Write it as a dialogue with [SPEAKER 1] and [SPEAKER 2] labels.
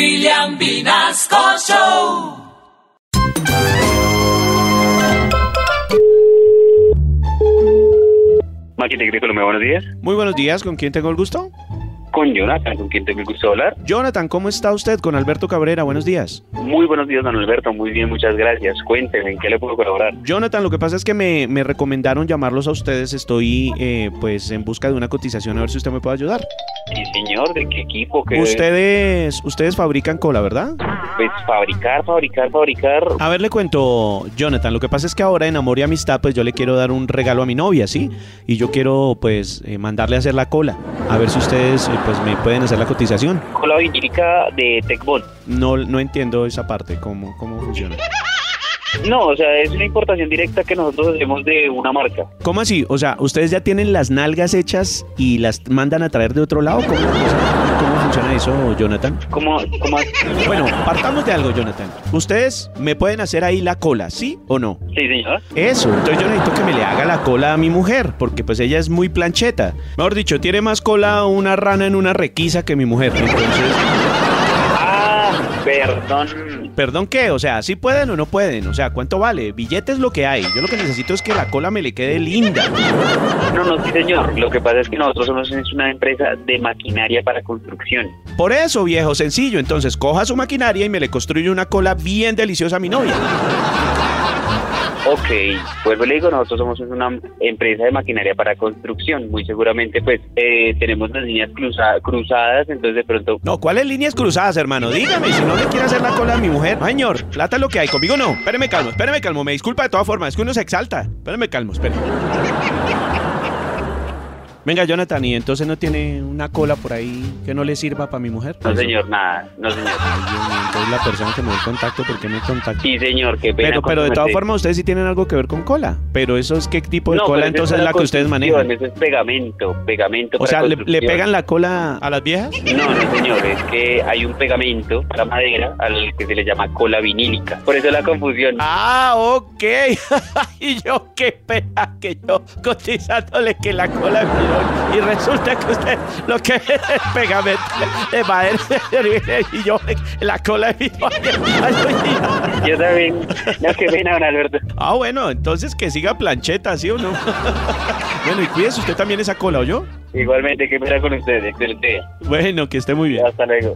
[SPEAKER 1] William Vinasco Show.
[SPEAKER 2] Máquina Agrícola, muy buenos días.
[SPEAKER 3] Muy buenos días, ¿con quién tengo el gusto?
[SPEAKER 2] Con Jonathan, con quien tengo el gusto de hablar.
[SPEAKER 3] Jonathan, ¿cómo está usted? Con Alberto Cabrera, buenos días.
[SPEAKER 2] Muy buenos días, don Alberto. Muy bien, muchas gracias. Cuénteme, ¿en qué le puedo colaborar?
[SPEAKER 3] Jonathan, lo que pasa es que me, me recomendaron llamarlos a ustedes, estoy eh, pues en busca de una cotización, a ver si usted me puede ayudar.
[SPEAKER 2] Sí, señor, ¿de qué equipo? ¿Qué
[SPEAKER 3] Ustedes, ustedes fabrican cola, ¿verdad?
[SPEAKER 2] Pues fabricar, fabricar, fabricar.
[SPEAKER 3] A ver, le cuento, Jonathan, lo que pasa es que ahora en Amor y Amistad, pues yo le quiero dar un regalo a mi novia, ¿sí? Y yo quiero, pues, eh, mandarle a hacer la cola. A ver si ustedes, eh, pues, me pueden hacer la cotización.
[SPEAKER 2] Cola vinílica de Tecbon.
[SPEAKER 3] No, no entiendo esa parte, cómo, cómo funciona.
[SPEAKER 2] No, o sea, es una importación directa que nosotros hacemos de una marca.
[SPEAKER 3] ¿Cómo así? O sea, ¿ustedes ya tienen las nalgas hechas y las mandan a traer de otro lado? ¿Cómo, o sea, cómo funciona eso, Jonathan?
[SPEAKER 2] Como, como,
[SPEAKER 3] Bueno, partamos de algo, Jonathan. ¿Ustedes me pueden hacer ahí la cola, sí o no?
[SPEAKER 2] sí, señor.
[SPEAKER 3] Eso, entonces yo necesito que me le haga la cola a mi mujer, porque pues ella es muy plancheta. Mejor dicho, tiene más cola una rana en una requisa que mi mujer. Entonces,
[SPEAKER 2] Ah, perdón.
[SPEAKER 3] perdón qué, o sea, ¿sí pueden o no pueden? O sea, ¿cuánto vale? Billete es lo que hay. Yo lo que necesito es que la cola me le quede linda.
[SPEAKER 2] No, no, sí, señor. Lo que pasa es que nosotros somos es una empresa de maquinaria para construcción.
[SPEAKER 3] Por eso, viejo, sencillo. Entonces, coja su maquinaria y me le construye una cola bien deliciosa a mi novia.
[SPEAKER 2] Ok, vuelvo y le digo, nosotros somos una empresa de maquinaria para construcción, muy seguramente pues eh, tenemos las líneas cruza- cruzadas, entonces de pronto...
[SPEAKER 3] No, ¿cuáles líneas cruzadas, hermano? Dígame, si no le quiere hacer la cola a mi mujer. No, señor, plata es lo que hay. Conmigo no. Espéreme calmo, espéreme calmo. Me disculpa de todas formas, es que uno se exalta. Espéreme calmo, espéreme. Venga, Jonathan, ¿y entonces no tiene una cola por ahí que no le sirva para mi mujer?
[SPEAKER 2] No señor, nada, no señor.
[SPEAKER 3] Ay, Dios mío, entonces la persona que me dio el contacto, ¿por qué me contacta?
[SPEAKER 2] Sí señor, qué pena.
[SPEAKER 3] Pero,
[SPEAKER 2] con
[SPEAKER 3] pero de
[SPEAKER 2] su
[SPEAKER 3] todas
[SPEAKER 2] merced.
[SPEAKER 3] formas, ustedes sí tienen algo que ver con cola. Pero eso es qué tipo de
[SPEAKER 2] No,
[SPEAKER 3] cola
[SPEAKER 2] pero eso
[SPEAKER 3] entonces es
[SPEAKER 2] para
[SPEAKER 3] la que ustedes
[SPEAKER 2] construcción,
[SPEAKER 3] manejan.
[SPEAKER 2] Eso es pegamento, pegamento
[SPEAKER 3] O
[SPEAKER 2] para
[SPEAKER 3] sea, le, le
[SPEAKER 2] construcción.
[SPEAKER 3] pegan la cola a las viejas.
[SPEAKER 2] No, no señor, es que hay un pegamento para madera al que se le llama cola vinílica, por eso la confusión.
[SPEAKER 3] Ah, ok. y yo qué pena que yo cotizándole que la cola es Y resulta que usted lo que es es pegamento de madera. y yo la cola es
[SPEAKER 2] Yo también, no, qué pena don Alberto.
[SPEAKER 3] Ah, bueno, entonces que siga plancheta, ¿sí o no? bueno, y cuídese usted también esa cola, ¿o yo?
[SPEAKER 2] Igualmente, qué pena con ustedes, excelente.
[SPEAKER 3] Bueno, que esté muy bien.
[SPEAKER 2] Hasta luego.